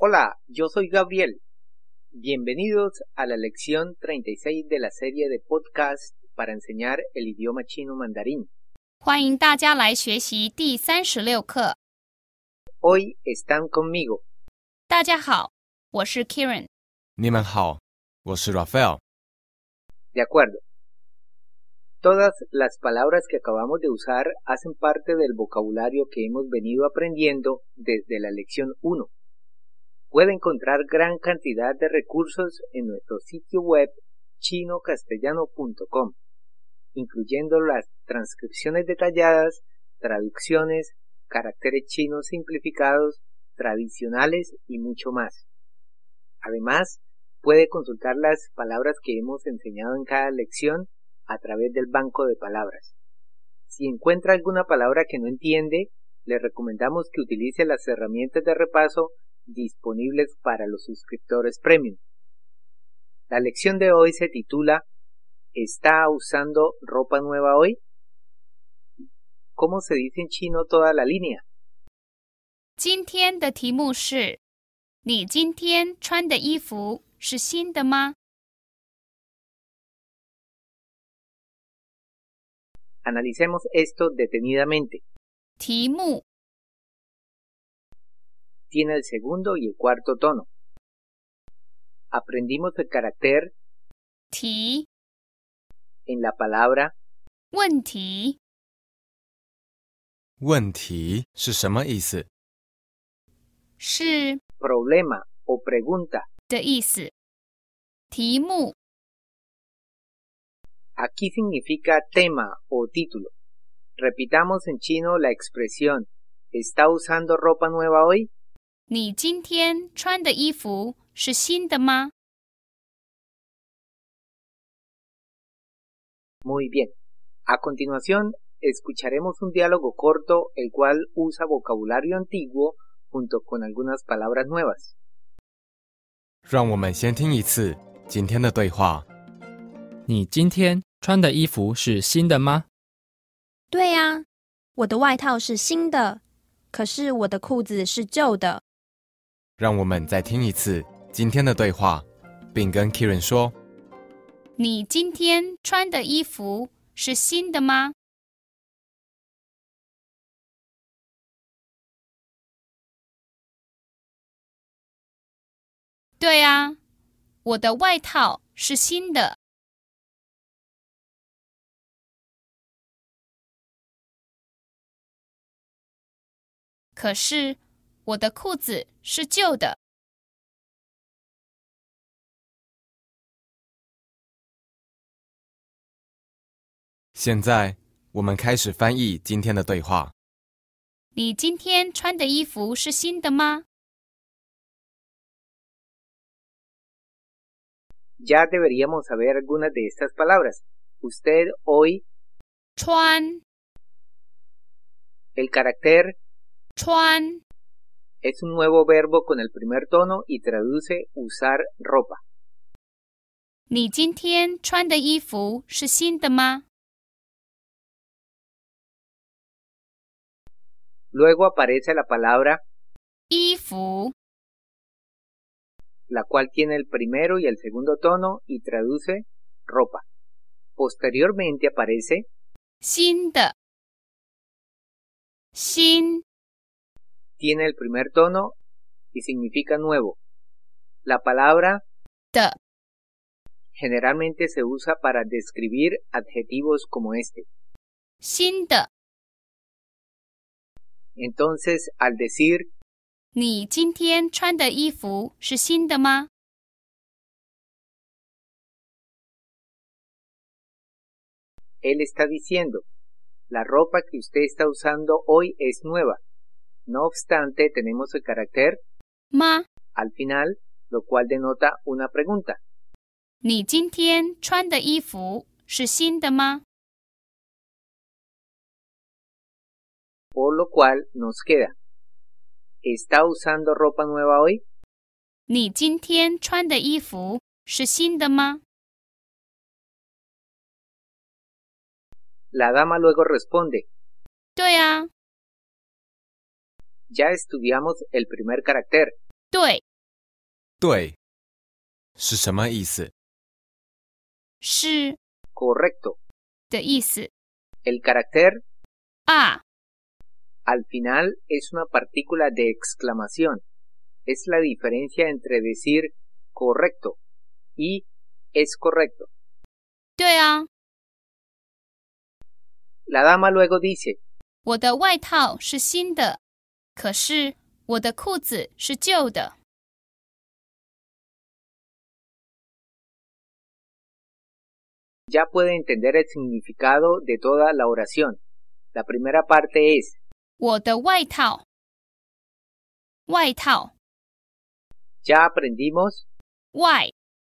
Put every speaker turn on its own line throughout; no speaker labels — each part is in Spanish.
Hola, yo soy Gabriel. Bienvenidos a la lección 36 de la serie de podcast para enseñar el idioma chino mandarín.
欢迎大家来学习第三十六课。
Hoy están conmigo.
大家好，我是 Kieran。
你们好，我是 Raphael。
De acuerdo. Todas las palabras que acabamos de usar hacen parte del vocabulario que hemos venido aprendiendo desde la lección 1. Puede encontrar gran cantidad de recursos en nuestro sitio web chinocastellano.com, incluyendo las transcripciones detalladas, traducciones, caracteres chinos simplificados, tradicionales y mucho más. Además, puede consultar las palabras que hemos enseñado en cada lección a través del banco de palabras. Si encuentra alguna palabra que no entiende, le recomendamos que utilice las herramientas de repaso disponibles para los suscriptores premium. La lección de hoy se titula ¿Está usando ropa nueva hoy? ¿Cómo se dice en chino toda la línea?
今天的题目是：你今天穿的衣服是新的吗？
Analicemos esto detenidamente.
题目
Tiene el segundo y el cuarto tono. Aprendimos el carácter
题
en la palabra
问题
问题是什么意思？
是
problema o pregunta.
的意思。题目
Aquí significa tema o título. Repitamos en chino la expresión ¿Está usando ropa nueva hoy?
你今天穿的衣服是新的吗？
Muy bien. A continuación, escucharemos un diálogo corto el cual usa vocabulario antiguo junto con algunas palabras nuevas.
让我们先听一次今天的对话。
你今天穿的衣服是新的吗？
对呀、我的外套是新的，可是我的裤子是旧的。
让我们再听一次今天的对话，并跟 Kieran 说。
你今天穿的衣服是新的吗？对啊，我的外套是新的。可是我的裤子是旧的。
现在我们开始翻译今天的对话。
你今天穿的衣服是新的吗？
Ya deberíamos saber algunas de estas palabras. Usted hoy,
穿
el carácter
穿
es un nuevo verbo con el primer tono y traduce usar ropa.
你今天穿的衣服是新的吗？
Luego aparece la palabra
衣服
la cual tiene el primero y el segundo tono y traduce ropa. Posteriormente aparece
新的新
tiene el primer tono y significa nuevo. La palabra
的
generalmente se usa para describir adjetivos como este.
新的。
Entonces, al decir
你今天穿的衣服是新的吗？
él está diciendo, la ropa que usted está usando hoy es nueva. No obstante, tenemos el carácter
吗？
al final, lo cual denota una pregunta.
你今天穿的衣服是新的吗？
por lo cual nos queda. ¿Está usando ropa nueva hoy?
你今天穿的衣服是新的吗？
La dama luego responde,
对啊，
ya estudiamos el primer carácter,
对
对是什么意思？
是
Correcto.
的意思。
El carácter
啊
al final es una partícula de exclamación. Es la diferencia entre decir correcto y es correcto.
对啊，
La dama luego dice,
我的外套是新的，可是我的裤子是旧的。
ya puede entender el significado de toda la oración. La primera parte es
我的外套，外套
ya aprendimos
外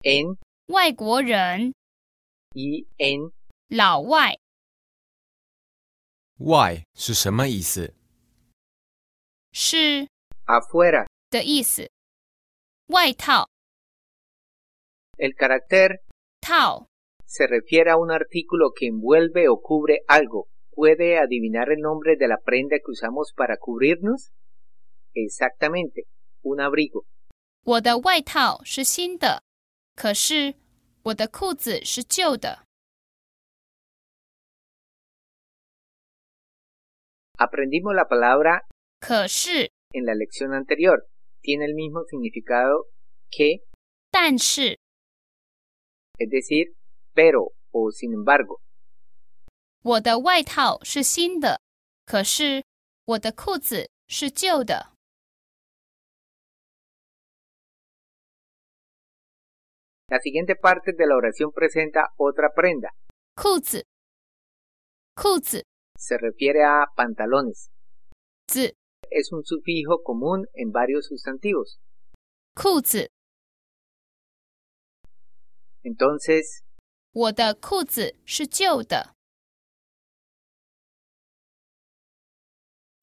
en
外国人，
y en
老外
why 是什么意思？
是
afuera.
的意思。外套
El carácter
套
se refiere a un artículo que envuelve o cubre algo. ¿Puede adivinar el nombre de la prenda que usamos para cubrirnos? Exactamente, un abrigo.
我的外套是新的，可是我的裤子是旧的。
Aprendimos la palabra
可是，
en la lección anterior. Tiene el mismo significado que,
但是，
es decir, pero o sin embargo.
我的外套是新的，可是我的裤子是旧的。
La siguiente parte de la oración presenta otra prenda.
裤子，裤子
Se refiere a pantalones.
子，
Es un sufijo común en varios sustantivos.
裤子，
Entonces,
我的裤子是旧的。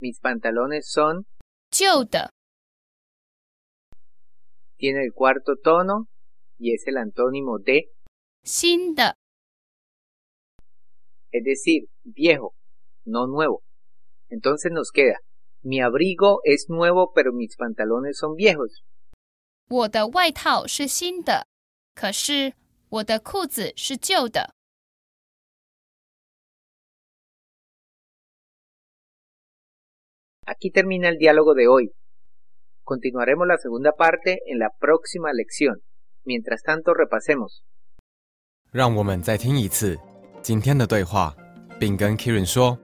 mis pantalones son,
旧的
tiene el cuarto tono y es el antónimo de,
新的
es decir, viejo, no nuevo. Entonces nos queda, mi abrigo es nuevo pero mis pantalones son viejos.
我的外套是新的，可是我的裤子是旧的。
Aquí termina el diálogo de hoy. Continuaremos la segunda parte en la próxima lección. Mientras tanto, repasemos.
让我们再听一次今天的对话，并跟 Kiran 说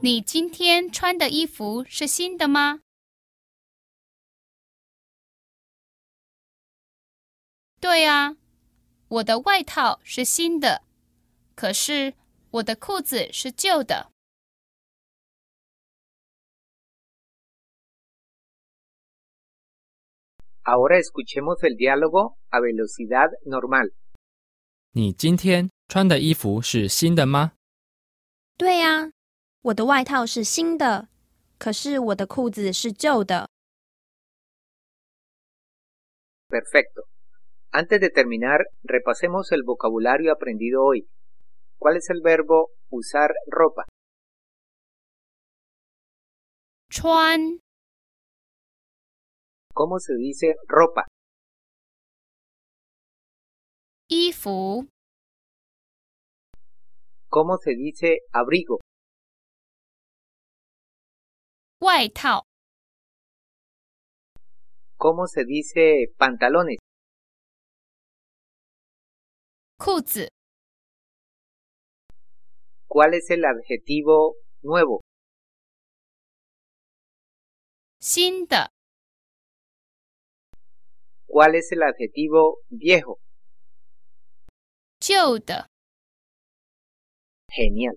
你今天穿的衣服是新的吗？对啊，我的外套是新的，可是我的裤子是旧的。
Ahora escuchemos el diálogo a velocidad normal.
你今天穿的衣服是新的吗？
对呀、我的外套是新的，可是我的裤子是旧的。
Perfecto. Antes de terminar, repasemos el vocabulario aprendido hoy. ¿Cuál es el verbo usar ropa?
穿
¿Cómo se dice ropa?
衣服，
¿Cómo se dice abrigo?
外套，
¿Cómo se dice pantalones?
裤子，
¿Cuál es el adjetivo nuevo?
新的，
¿Cuál es el adjetivo viejo?
旧的。
Genial.